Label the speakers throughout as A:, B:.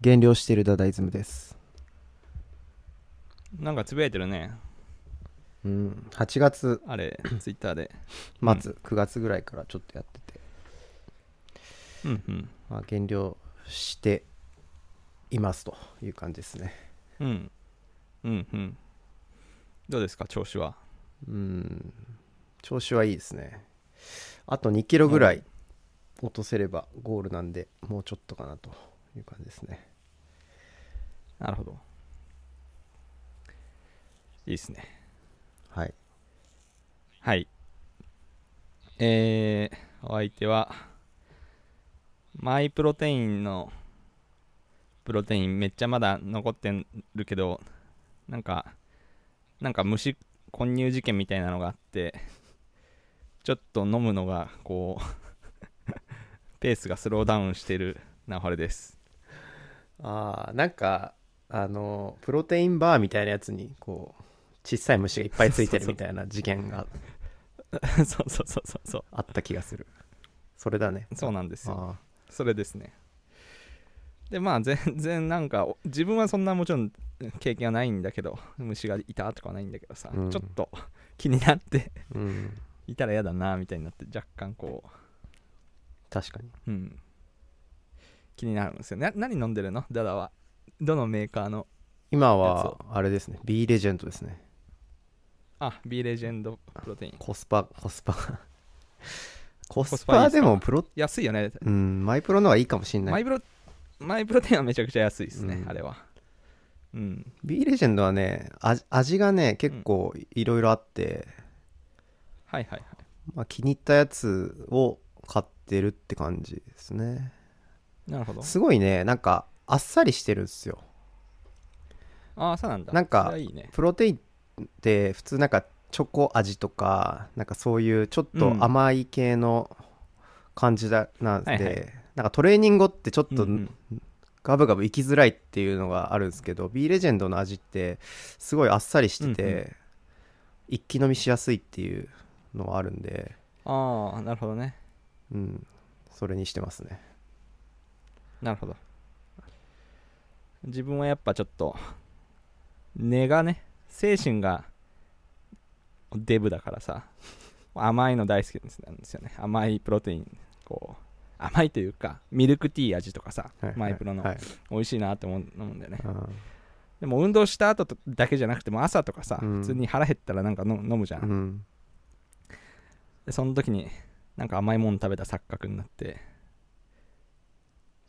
A: 減量しているダダイズムです、
B: なんかつぶやいてるね
A: うん、8月
B: あ れツイッターで
A: 末、9月ぐらいからちょっとやってて、
B: うんうん
A: まあ、減量していますという感じですね
B: うんうんうんどうですか調子は
A: うん調子はいいですねあと2キロぐらい落とせればゴールなんでもうちょっとかなという感じですね
B: なるほどいいっすね
A: はい
B: はいえー、お相手はマイプロテインのプロテインめっちゃまだ残ってるけどなんかなんか虫混入事件みたいなのがあってちょっと飲むのがこうペースがスローダウンしてるなほれです
A: あーなんかあのプロテインバーみたいなやつにこう小さい虫がいっぱいついてるみたいな事件が
B: そうそうそうそうそう
A: あった気が するそれだね
B: そうなんですよ
A: あ
B: それですねでまあ全然なんかお自分はそんなもちろん経験はないんだけど虫がいたとかはないんだけどさ、
A: うん
B: ちょっと気になって
A: ーうん
B: いたら嫌だなみたいになって若干こ
A: 確かに
B: う、うん、気になるんですよねな何飲んでるのダダはどのメーカーの
A: 今
B: やつ
A: は
B: を
A: あれですね B レジェンドですね
B: あ B レジェンドプロテイン
A: コスパコスパコ
B: スパいいっ
A: ス
B: すか
A: パでもプロ
B: 安いよね
A: うんマイプロの方がいいかもしんない
B: マイプロマイプロテインはめちゃくちゃ安いですね、
A: うん
B: あれはうん
A: B レジェンドはね味味がね結構いろいろあって、
B: はいはいはい
A: まあ、気に入ったやつを買ってるって感じですね
B: なるほど
A: すごいねなんかあっさりしてるんですよ
B: ああそうなんだ
A: なんか
B: それはいいね
A: プロテインって普通なんかチョコ味とかなんかそういうちょっと甘い系の感じだ、なんで、
B: はいはい
A: なんかトレーニング後ってちょっ
B: うんう
A: と
B: ん
A: ガブガブ行きづらいっていうのがあるんですけど B レジェンドの味ってすごいあっさりしてて、
B: うんう
A: 一気飲みしやすいっていうのはあるんで、
B: ああなるほどね
A: うん、それにしてますね
B: なるほど自分はやっぱちょっと根がね精神がデブだからさ甘いの大好きなんですよね甘いプロテインこう甘いというかミルクティー味とかさ、
A: はい
B: マイプロの、
A: はい
B: 美味しいなって思う思うんだよね
A: うん
B: でも運動した後とだけじゃなくても朝とかさ、
A: うん
B: 普通に腹減ったらなんか飲む飲むじゃん、
A: うん
B: でその時になんか甘いもの食べた錯覚になって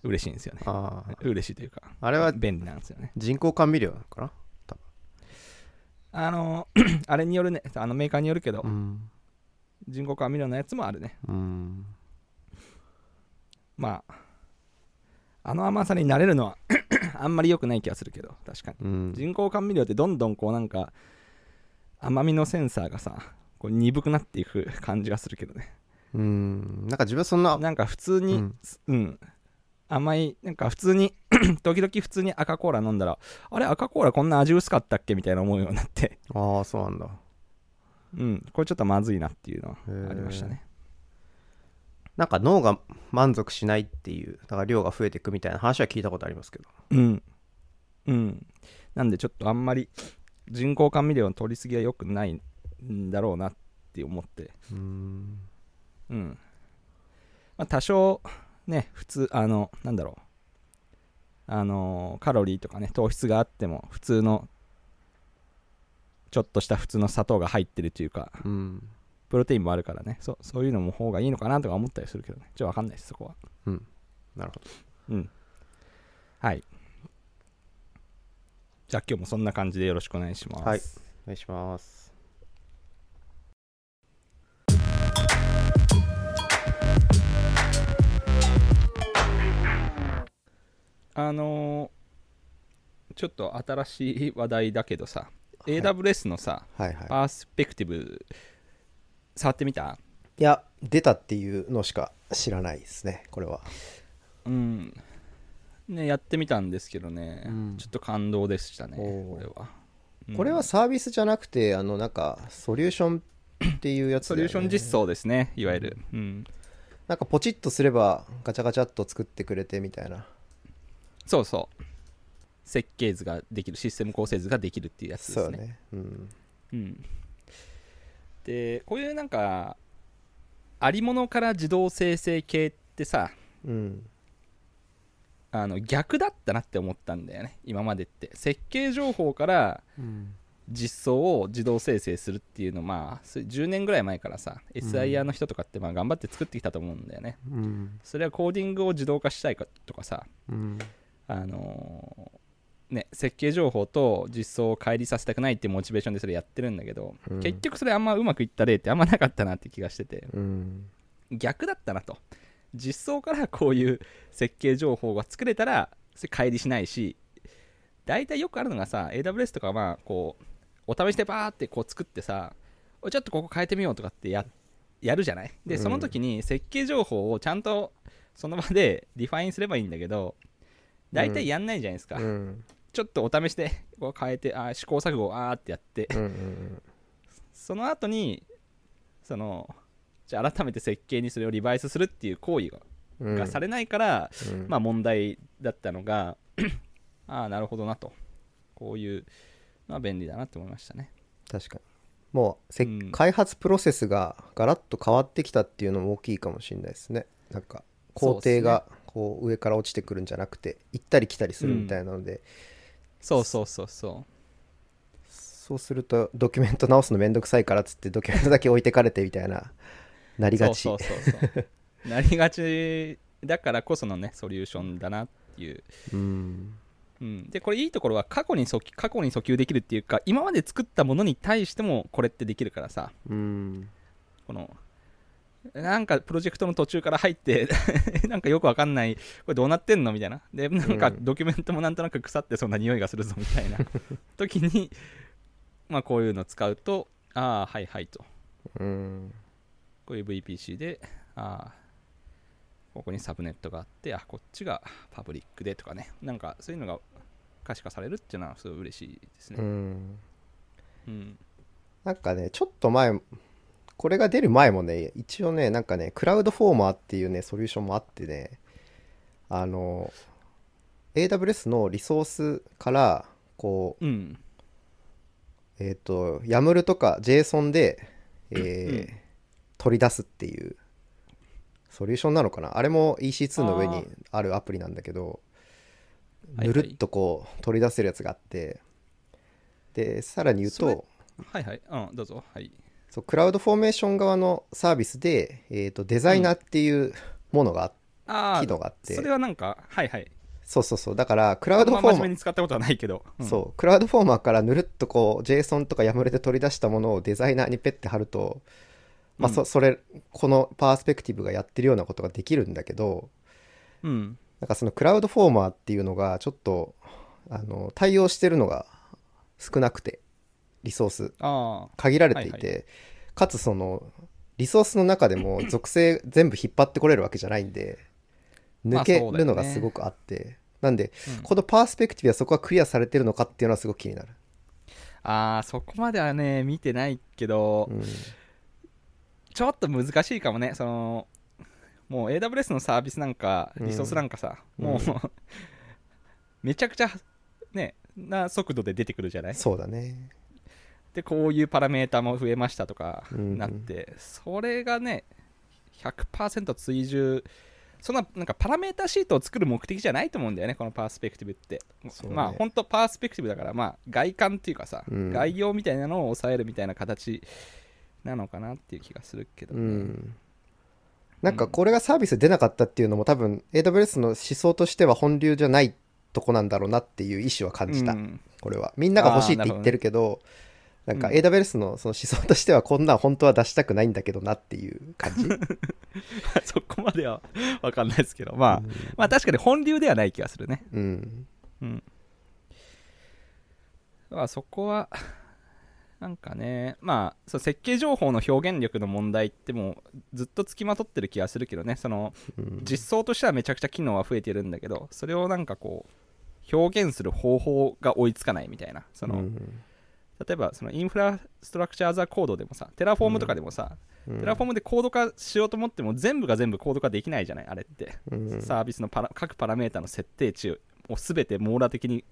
B: 嬉しいんですよね
A: あー
B: 嬉しいというか
A: あれは
B: 便利なんですよね
A: 人工甘味料かな、
B: あの あれによるね、あのメーカーによるけど、
A: うん
B: 人工甘味料のやつもあるね。
A: うん、
B: まあ、あの甘さに慣れるのは あんまり良くない気がするけど、確かに。
A: うん
B: 人工甘味料ってどんどんこうなんか、甘みのセンサーがさ、こう鈍くなっていく 感じがするけどね。
A: うん、なんか自分はそんな
B: なんか普通に、う
A: うんん、
B: 甘い、なんか普通に、 時々普通に赤コーラ飲んだら、あれ赤コーラこんな味薄かったっけみたいな思うようになって、
A: ああそうなんだ
B: うん、これちょっとまずいなっていうのはありました
A: へー
B: ね。
A: なんか脳が満足しないっていうだから量が増えていくみたいな話は聞いたことありますけど
B: うん。うん。なんでちょっとあんまり人工甘味料の取りすぎは良くないんだろうなって思って。
A: うん
B: うん。まあ、多少、ね、普通、あの、なんだろう。あのーカロリーとかね、糖質があっても、普通の、ちょっとした普通の砂糖が入ってるというか、
A: うん
B: プロテインもあるからね、そそういうのも方がいいのかなとか思ったりするけどね、ちょっとわかんないです、そこは。
A: なるほど
B: うん。はい。じゃあ今日もそんな感じでよろしくお願いします。
A: はいお願いします
B: あのーちょっと新しい話題だけどさ、AWS のさ、
A: はいはい
B: パースペクティブ、触ってみた
A: いや出たっていうのしか知らないですねこれは
B: うん。ね、やってみたんですけどね、
A: うん
B: ちょっと感動でしたね、
A: おー
B: これは。うん
A: これはサービスじゃなくてあのなんかソリューションっていうやつ
B: ソ
A: だ
B: リュ
A: よね
B: ーション実装ですね、いわゆる。うん。
A: なんかポチッとすればガチャガチャっと作ってくれてみたいな
B: そうそう。設計図ができるシステム構成図ができるっていうやつで
A: そ
B: す
A: う
B: ね
A: ねうん
B: うん、でこういうなんかありものから自動生成系ってさ
A: うん
B: あの逆だったなって思ったんだよね今までって設計情報から
A: うん
B: 実装を自動生成するっていうのまあそれ10年ぐらい前からさ SIR の人とかってまあ頑張って作ってきたと思うんだよね、
A: うん
B: それはコーディングを自動化したいかとかさ
A: うん
B: あのーね設計情報と実装を乖離させたくないっていうモチベーションでそれやってるんだけど、
A: うん
B: 結局それあんまうまくいった例ってあんまなかったなって気がしてて
A: うん
B: 逆だったなと実装からこういう設計情報が作れたらそれ乖離しないし大体よくあるのがさ AWS とかはまあこうお試しでバーってこう作ってさおいちょっとここ変えてみようとかってややるじゃないで、
A: うん
B: その時に設計情報をちゃんとその場でリファインすればいいんだけど大体やんないじゃないですか、
A: うん
B: ちょっとお試しで こう変えてあー試行錯誤をあーってやって
A: うんうん
B: その後にそのじゃあ改めて設計にそれをリバイスするっていう行為が,、
A: うん
B: がされないから、
A: うん
B: まあ、問題だったのが ああなるほどなとこういうのは便利だなって思いましたね
A: 確かにもうせっ
B: うん
A: 開発プロセスがガラッと変わってきたっていうのも大きいかもしれないですねなんか工程がこう上から落ちてくるんじゃなくて行ったり来たりするみたいなので、
B: そうそうそうそ
A: そうするとドキュメント直すのめんどくさいからっつってドキュメントだけ置いてかれてみたいなな
B: う
A: りがち
B: そうそうそう そうなりがちだからこそのねソリューションだなっていう
A: うん
B: うん、でこれいいところは過去に訴求過去に訴求できるっていうか今まで作ったものに対してもこれってできるからさ
A: うん
B: このなんかプロジェクトの途中から入って なんかよくわかんないこれどうなってんのみたいなでなんか
A: うん
B: ドキュメントもなんとなく腐ってそんな匂いがするぞみ たいな時にまあこういうの使うとああはいはいと
A: うん
B: こういう VPC でああここにサブネットがあってあこっちがパブリックでとかねなんかそういうのが可視化されるっていうのはすごい嬉しいですね、
A: うん
B: うん、
A: なんかねちょっと前これが出る前もね一応ねなんかねクラウドフォーマーっていうねソリューションもあってねあの AWS のリソースからこう
B: うん、
A: えっ、と YAML とか JSON で、えー
B: うん
A: 取り出すっていうソリューションなのかなあれも EC2 の上
B: あ
A: に
B: ー
A: あるアプリなんだけど
B: はい
A: ぬ
B: はい
A: るっとこう取り出せるやつがあってでさらに言う
B: それ
A: と
B: はいはい、うん、どうぞ、はい。
A: そうクラウドフォーメーション側のサービスで、えー、とデザイナーっていうものがあっ
B: ああ、
A: 機能があって
B: それはなんか、はいはい、
A: そうそうそうだからクラウド
B: まあ
A: フォー
B: 真面
A: マ
B: 目
A: ー
B: に使ったことはないけど、うん
A: そうクラウドフォーマーからぬるっとこう JSON とか YAML で取り出したものをデザイナーにペッて貼ると、まあ、
B: う
A: そ
B: ん
A: それこのパースペクティブがやってるようなことができるんだけど
B: うん、うん、
A: なんかそのクラウドフォーマーっていうのがちょっとあの対応してるのが少なくてリソース
B: ああ、
A: 限られていて、
B: は
A: かつそのリソースの中で も属性全部引っ張ってこれるわけじゃないんで
B: まあ
A: 抜け
B: そうだ
A: る
B: よ
A: の
B: ね
A: がすごくあって、なんで、
B: うん
A: このパースペクティブはそこはクリアされてるのかっていうのはすごく気になる、
B: ああ、そこまではね、見てないけど、
A: うん
B: ちょっと難しいかもね、その、もう AWS のサービスなんか、
A: うん
B: リソースなんかさ、もう、
A: う
B: めちゃくちゃ、ね、な速度で出てくるじゃない
A: そうだね
B: でこういうパラメータも増えましたとか
A: うん
B: なって、それがね100%追従そんななんかパラメータシートを作る目的じゃないと思うんだよねこのパースペクティブって、
A: そうね
B: まあ本当パースペクティブだからまあ外観っていうかさ、
A: うん
B: 概要みたいなのを抑えるみたいな形なのかなっていう気がするけど
A: う
B: ね、
A: んなんかこれがサービス出なかったっていうのも多分 AWS の思想としては本流じゃないとこなんだろうなっていう意思は感じた、
B: うん
A: これはみんなが欲しいって言ってるけど
B: あー
A: なんか
B: な
A: AWS のその思想としてはこんなん本当は出したくないんだけどなっていう感じ、
B: そこまでは分かんないですけどまあ、まあ確かに本流ではない気がするね
A: うん、
B: うん。まあそこは、 なんかね、まあ、そう設計情報の表現力の問題ってもうずっとつきまとってる気がするけどね、その
A: うん
B: 実装としてはめちゃくちゃ機能は増えてるんだけど、それをなんかこう、表現する方法が追いつかないみたいな、その、
A: うん
B: 例えばそのインフラストラクチャーザコードでもさ、テラフォームとかでもさ、テラフォームでコード化しようと思っても全部が全部コード化できないじゃない、あれって。
A: うん
B: サービスのパラ各パラメータの設定値を全て網羅的に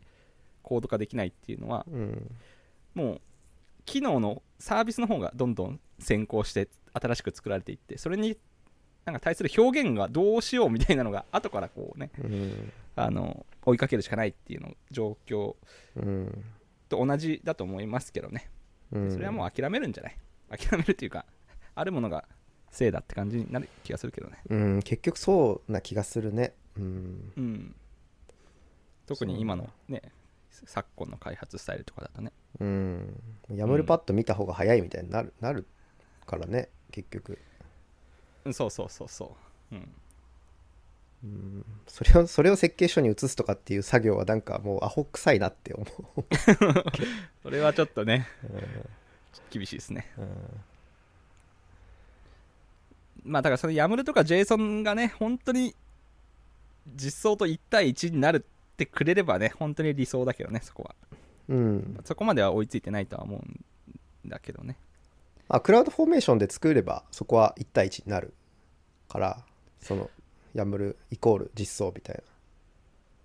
B: コード化できないっていうのは
A: うん
B: もう機能のサービスの方がどんどん先行して新しく作られていってそれになんか対する表現がどうしようみたいなのが 後からこうね
A: うん
B: あの追いかけるしかないっていうの状況
A: うん
B: と同じだと思いますけどね
A: うん
B: それはもう諦めるんじゃない諦めるというか あるものがせいだって感じになる気がするけどね
A: うん結局そうな気がするねうん
B: うん特
A: そ
B: に
A: うな
B: 今
A: んだ
B: のね昨今の開発スタイルとかだとね
A: うんヤムルパッド見た方が早いみたいになるなるからね結局
B: うんそうそうそうそううん
A: うんそれをそれを設計書に移すとかっていう作業はなんかもうアホ臭いなって思う
B: それはちょっとね厳しいですねまあだからそのヤムルとか JSON がね本当に実装と1対1になるってくれればね本当に理想だけどねそこは
A: うん
B: そこまでは追いついてないとは思うんだけどね
A: あクラウドフォーメーションで作ればそこは1対1になるからそのヤムルイコール実装みたい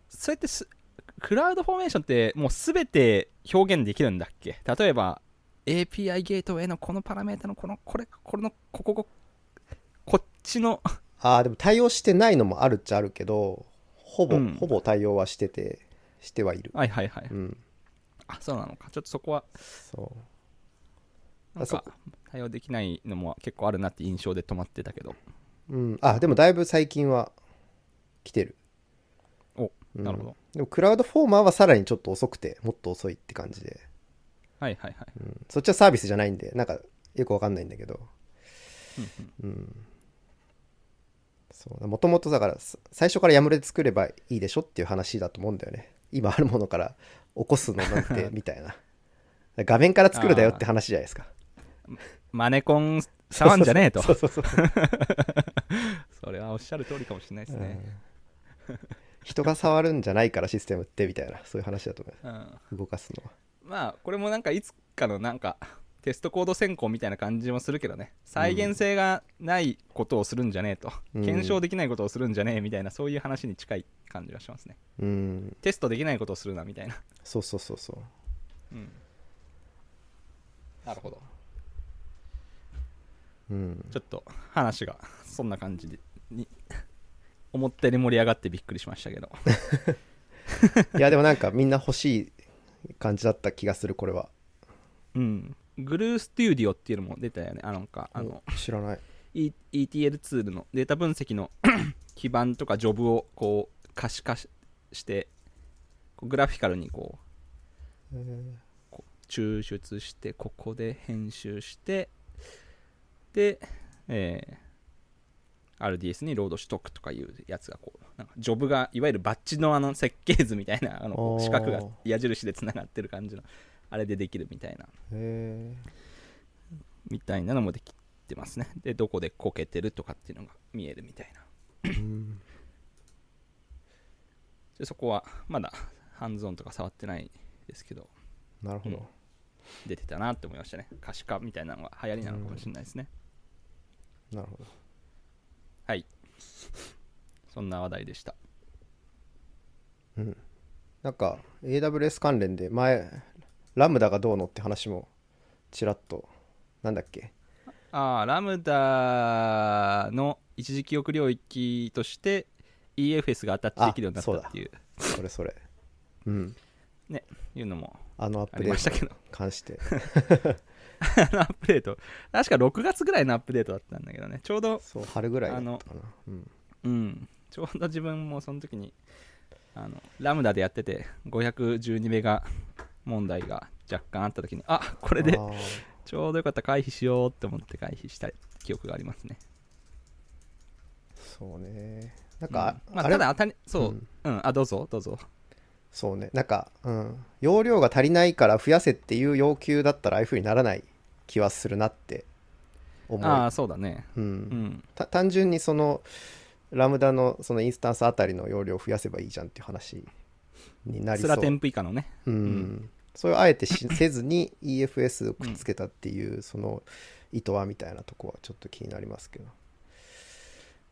B: それってすクラウドフォーメーションってもう全て表現できるんだっけ例えば API ゲートウェイのこのパラメータのこのこれこれのここここっちの
A: なあーでも対応してないのもあるっちゃあるけどほぼ、
B: うん
A: ほぼ対応はしててしてはいる
B: はいはいはい、
A: うん
B: あそうなのかちょっとそこは
A: そう
B: なん
A: あそ
B: か
A: こ
B: 対応できないのも結構あるなって印象で止まってたけど
A: うん、あでもだいぶ最近は来てる、
B: お
A: うん
B: なるほど、
A: でもクラウドフォーマーはさらにちょっと遅くてもっと遅いって感じで、
B: はいはいはい
A: うんそっちはサービスじゃないんでなんかよくわかんないんだけどうんそうもともとだからさ最初からヤムレで作ればいいでしょっていう話だと思うんだよね今あるものから起こすのなんて みたいな画面から作るだよって話じゃないですか
B: マネコン触んじゃねえ と
A: そうそうそう
B: それはおっしゃる通りかもしれないですね、
A: うん人が触るんじゃないからシステムってみたいなそういう話だと思
B: うん
A: う動かすのは
B: まあこれもなんかいつかのなんかテストコード選考みたいな感じもするけどね再現性がないことをするんじゃねえと、
A: うん
B: 検証できないことをするんじゃねえみたいなそういう話に近い感じがしますね
A: うん
B: テストできないことをするなみたいな、
A: そうそうそうそう
B: うん、なるほど
A: うん
B: ちょっと話がそんな感じでに思ったより盛り上がってびっくりしましたけど
A: いやでもなんかみんな欲しい感じだった気がするこれは
B: うんグルーステューディオっていうのも出たよねあのなんかあの
A: お知らない
B: E- ETL ツールのデータ分析の基盤とかジョブをこう可視化ししてこうグラフィカルにこう
A: えー
B: こう抽出してここで編集してで、えー RDS にロードしとくとかいうやつがこうなんかジョブがいわゆるバッジのあの設計図みたいなあのこう
A: おー
B: 四角が矢印でつながってる感じのあれでできるみたいな
A: え
B: みたいなのもできてますねでどこでこけてるとかっていうのが見えるみたいな
A: ーうん
B: でそこはまだハンズオンとか触ってないですけど
A: なるほど、
B: うん出てたなって思いましたね可視化みたいなのが流行りなのかもしれないですね、
A: なるほど
B: はいそんな話題でした
A: なんか AWS 関連で前ラムダがどうのって話もちらっとなんだっけ
B: ああラムダの一時記憶領域として EFS がアタッチできるようになったっていう
A: それそれうん
B: いうのも
A: あのアッ
B: あ
A: プ
B: り
A: デ
B: まし
A: ー
B: た
A: トに
B: けど
A: 関して
B: あのアップデート確か6月ぐらいのアップデートだったんだけどねちょうど
A: そう春ぐらいだったかなうん
B: うん、ちょうど自分もその時にあのラムダでやってて512メガ問題が若干あった時にあこ
A: こ
B: れでちょうどよかった回避しようって思って回避した記憶がありますね、
A: そうねなん
B: うん
A: か、
B: まあ、
A: あれ
B: ただ当たりそうう、
A: ん
B: うんあどうぞどうぞ
A: そうねなんか、うん、容量が足りないから増やせっていう要求だったらああいう風にならない気はするなって思
B: あ
A: う
B: あそうだね
A: う
B: うんん
A: た単純にそのラムダのそのインスタンスあたりの容量を増やせばいいじゃんっていう話になり
B: ス
A: そう
B: ラテンプ以下のね
A: うん
B: うん
A: それをあえてし せずに EFS をくっつけたっていうその意図はみたいなとこはちょっと気になりますけど、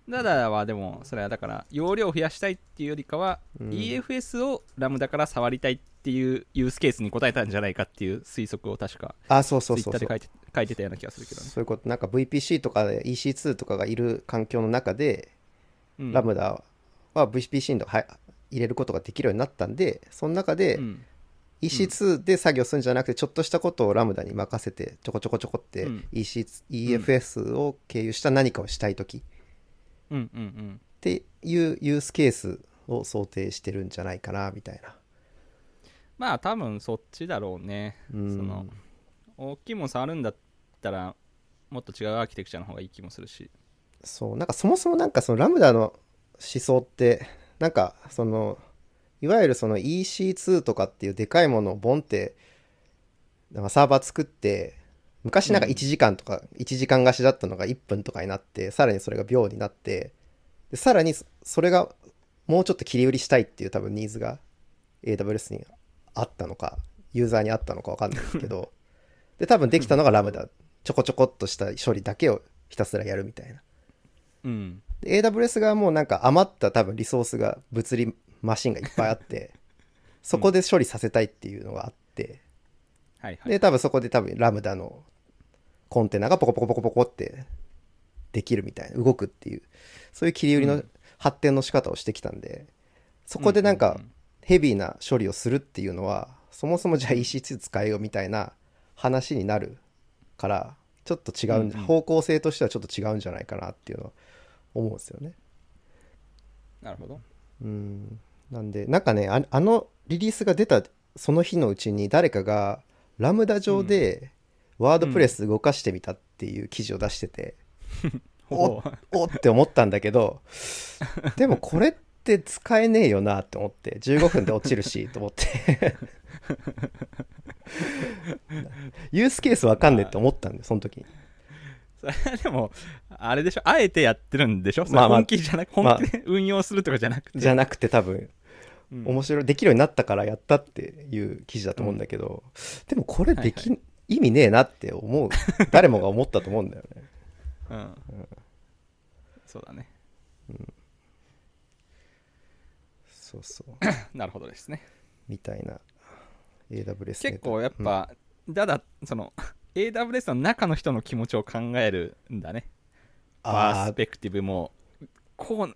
B: ラダダはでもそれはだから容量を増やしたいっていうよりかは、
A: うん
B: EFS をラムダから触りたいってっていうユースケースに応えたんじゃないかっていう推測を確か
A: あ、そうそう
B: ツイ
A: そ
B: ッ
A: うそ
B: ターで
A: う
B: 書。いて書いてたような気がするけどね、
A: そういうこと、なんか VPC とかで EC2 とかがいる環境の中で、
B: うん、
A: ラムダは VPC には入れることができるようになったんで、その中で
B: うん
A: EC2 で作業するんじゃなくて、ちょっとしたことをラムダに任せて、ちょこちょこちょこって
B: うん
A: EC2 EFS を経由した何かをしたいときっ
B: うんうんうん
A: ていうユースケースを想定してるんじゃないかな、みたいな。
B: まあ多分そっちだろうね
A: うん
B: その大きいもん触るんだったらもっと違うアーキテクチャの方がいい気もするし
A: そうなんかそもそもなんかそのラムダの思想ってなんかそのいわゆるその EC2 とかっていうでかいものをボンってまあサーバー作って昔なんか
B: うん
A: 1時間とか1時間貸しだったのが1分とかになってさらにそれが秒になってでさらにそそれがもうちょっと切り売りしたいっていう多分ニーズが AWS にあったのかユーザーにあったのか分かんないですけ どで多分できたのがラムダちょこちょこっとした処理だけをひたすらやるみたいな。
B: うん
A: で AWS がもうなんか余った多分リソースが物理マシンがいっぱいあって そこで処理させたいっていうのがあって
B: はいはい
A: で多分そこで多分ラムダのコンテナがポコポコポコポコってできるみたいな動くっていうそういう切り売り
B: う
A: の
B: ん
A: 発展の仕方をしてきたんでそこでなん
B: う
A: か
B: ううん
A: ヘビーな処理をするっていうのはそもそもじゃあ EC2 使えよみたいな話になるからちょっと違うん、
B: うんうん
A: 方向性としてはちょっと違うんじゃないかなっていうのは思うんですよね。
B: なるほど
A: うんなんでなんかねああのリリースが出たその日のうちに誰かがラムダ上でワードプレス動かしてみたっていう記事を出してて、お
B: ほう
A: おって思ったんだけどでもこれって使えねえよなって思って15分で落ちるしと思って ユースケースわかんねえって思ったんでその時に
B: それはでもあれでしょあえてやってるんでしょ
A: ま
B: ま
A: あ
B: あ
A: まあ
B: 本気じゃなく
A: まあ
B: 本気で運用するとかじゃなくて、
A: じゃなくて多分
B: うん
A: 面白いできるようになったからやったっていう記事だと思うんだけど、でもこれでき、意味ねえなって思 う誰もが思ったと思うんだよね
B: うんそうだね
A: そうそう
B: なるほどですね
A: みたいな AWS
B: 結構やっぱ、ただその AWS の中の人の気持ちを考えるんだねパー
A: あ
B: スペクティブもこう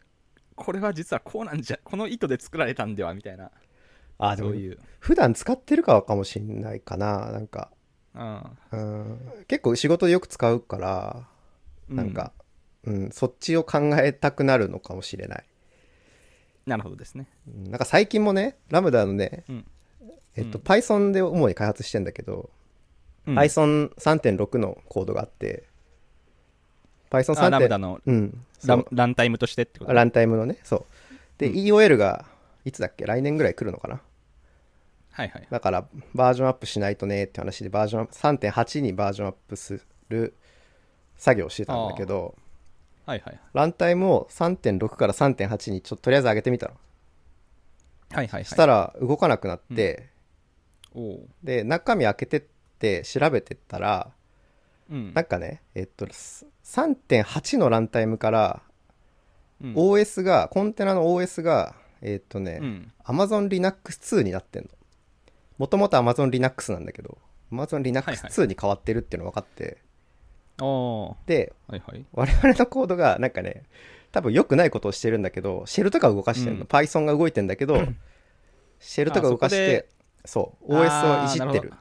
B: これは実はこうなんじゃこの意図で作られたんではみたいな
A: あーで
B: そ
A: も
B: ういう、
A: 普段使ってるからかもしれないかななんか
B: うん
A: うん結構仕事でよく使うからなんか、うんそっちを考えたくなるのかもしれない
B: なるほどですね
A: うんなんか最近もねラムダのね、
B: うん
A: えっと、
B: うん
A: Python で主に開発してんだけど、
B: うん
A: Python3.6 のコードがあって、Python
B: あラム
A: 3.6
B: ダの
A: うん、そ
B: ラ
A: う
B: ムランタイムとしてってこと
A: ランタイムのね、そう。で、
B: うん
A: EOL がいつだっけ来年ぐらい来るのかな
B: はいはい
A: だからバージョンアップしないとねって話でバージョンアップ3.8にバージョンアップする作業をしてたんだけど、
B: はいはい
A: ランタイムを3.6から3.8にちょっととりあえず上げてみたの。
B: はいはい
A: した
B: ら
A: ら動かなくなって、
B: おお
A: で、中身開けてって調べてったら、
B: うん
A: なんかね、えっと、3.8のランタイムから、
B: うん、
A: OS が、コンテナの OS が、えっとね、
B: うん、
A: Amazon Linux2 になってんの。もともと Amazon Linux なんだけど、Amazon
B: はいはい
A: Linux2 に変わってるっていうの分かって、
B: おー
A: で、
B: はいはい
A: 我々のコードが、なんかね、多分良くないことをしてるんだけど、シェルとか動かしてるの、
B: うん
A: Python が動いてんだけ ど、シェルとか動かして、そう、OS をいじってるっ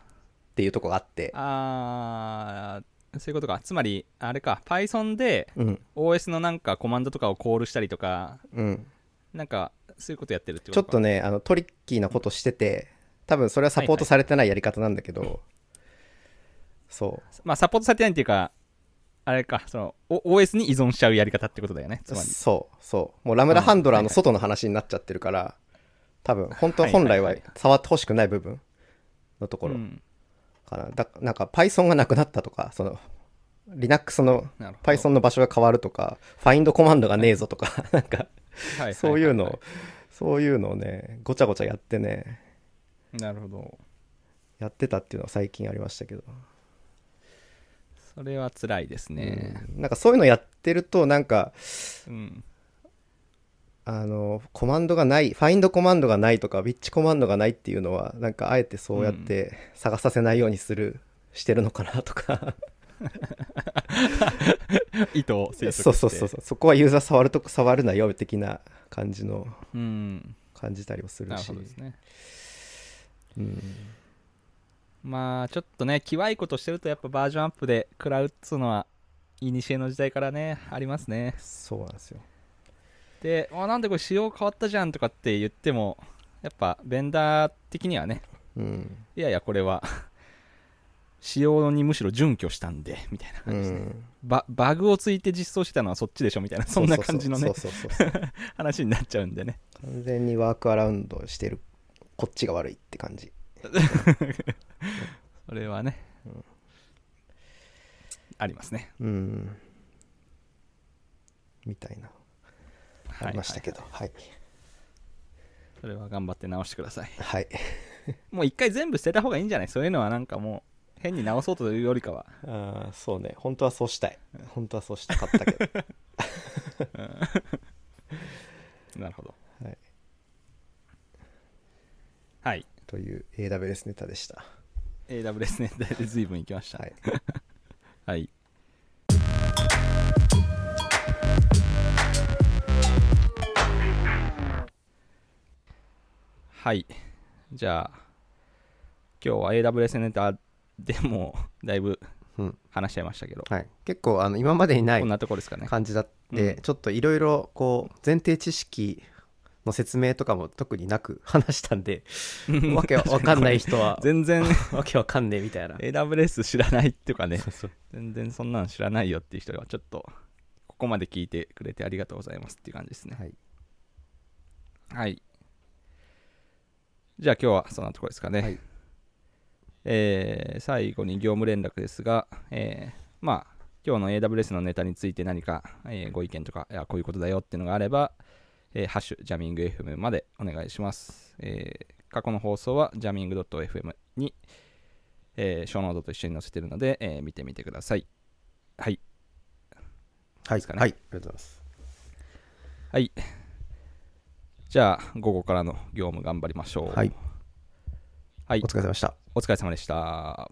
A: ていうとこがあって、
B: あーなるほどあーそういうことかつまりあれか Python で
A: うん、
B: OS のなんかコマンドとかをコールしたりとか
A: うん。
B: なんかそういうことやってるってこ
A: ちょ
B: と
A: っ
B: か
A: とねあのトリッキーなことしてて多分それはサポートされてないやり方なんだけど、そ
B: まあ、サポートされてないっていうか、あれか、その、O- OS に依存しちゃうやり方ってことだよね、つ
A: う
B: まり。
A: そうそうもうラムダハンドラーの
B: はいはい
A: 外の話になっちゃってるから、多分本当は
B: はいはい
A: 本
B: はい
A: 来は触ってほしくない部分のところ
B: うん
A: かな、だなんか Python がなくなったとかその Linux の
B: なるほど
A: Python の場所が変わるとか Find コマンドがねえぞとかなんか
B: はは
A: そういうのを、
B: は
A: そういうのをねごちゃごちゃやってね
B: いなるほど。
A: やってたっていうのは最近ありましたけど
B: それは辛いですね。
A: うんなんかそういうのやってるとなんか
B: うん。
A: ああのコマンドがないファインドコマンドがないとかウィッチコマンドがないっていうのはなんかあえてそうやって探させないようにする、してるのかなと か
B: 意図を推測して
A: そうそうそうそうそこはユーザー触るとこ触るなよ的な感じの
B: うん
A: 感じたりもする
B: なる
A: し
B: ほどですね
A: うん
B: まあちょっとねきわいことしてるとやっぱバージョンアップで食らうっつうのは古の時代からねありますね
A: そうなんですよ
B: であなんでこれ仕様変わったじゃんとかって言ってもやっぱベンダー的にはね
A: うん、
B: いやいやこれは仕様にむしろ準拠したんでみたいな
A: う
B: 感じですね、
A: ん、
B: ババグをついて実装してたのはそっちでしょみたいなそんな感じのね
A: そうそうそう そうそう
B: 話になっちゃうんでね
A: 完全にワークアラウンドしてるこっちが悪いって感じ
B: それはね、ありますね
A: うんみたいなありました
B: はい
A: けどはい
B: それは頑張って直してください
A: はい、
B: もう一回全部捨てた方がいいんじゃないそういうのはなんかもう変に直そうというよりかは
A: ああそうね本当はそうしたい本当はそうしたかったけど
B: なるほど
A: はい
B: はい
A: という AWS ネタでした
B: AWS ね で随分行きまし た
A: はい
B: はいはいじゃあ今日は AWS ネタでもだいぶ
A: うん
B: 話しちゃいましたけど、
A: はい、結構あの今までにない
B: こんなところですかね
A: 感じだって、
B: うん
A: ちょっといろいろこう前提知識の説明とかも特になく話したんでわけわかんない人 は
B: 全然
A: わけわかんねえみたいな
B: AWS 知らないっていうかね
A: そうそう
B: 全然そんなの知らないよっていう人はちょっとここまで聞いてくれてありがとうございますっていう感じですね
A: はい
B: はいじゃあ今日はそんなところですかね、
A: はい
B: えー最後に業務連絡ですが、えーまあ今日の AWS のネタについて何か、えーご意見とかいやこういうことだよっていうのがあれば、えーハッシュジャミング FM までお願いします、えー過去の放送はジャミング .fm に、えー、ショーノートと一緒に載せてるので、えー見てみてくださいはい
A: はい、
B: ですかね
A: はい、ありがとうございます
B: じゃあ午後からの業務頑張りましょう
A: はい
B: はい
A: お疲れ様でした
B: お疲れ様でした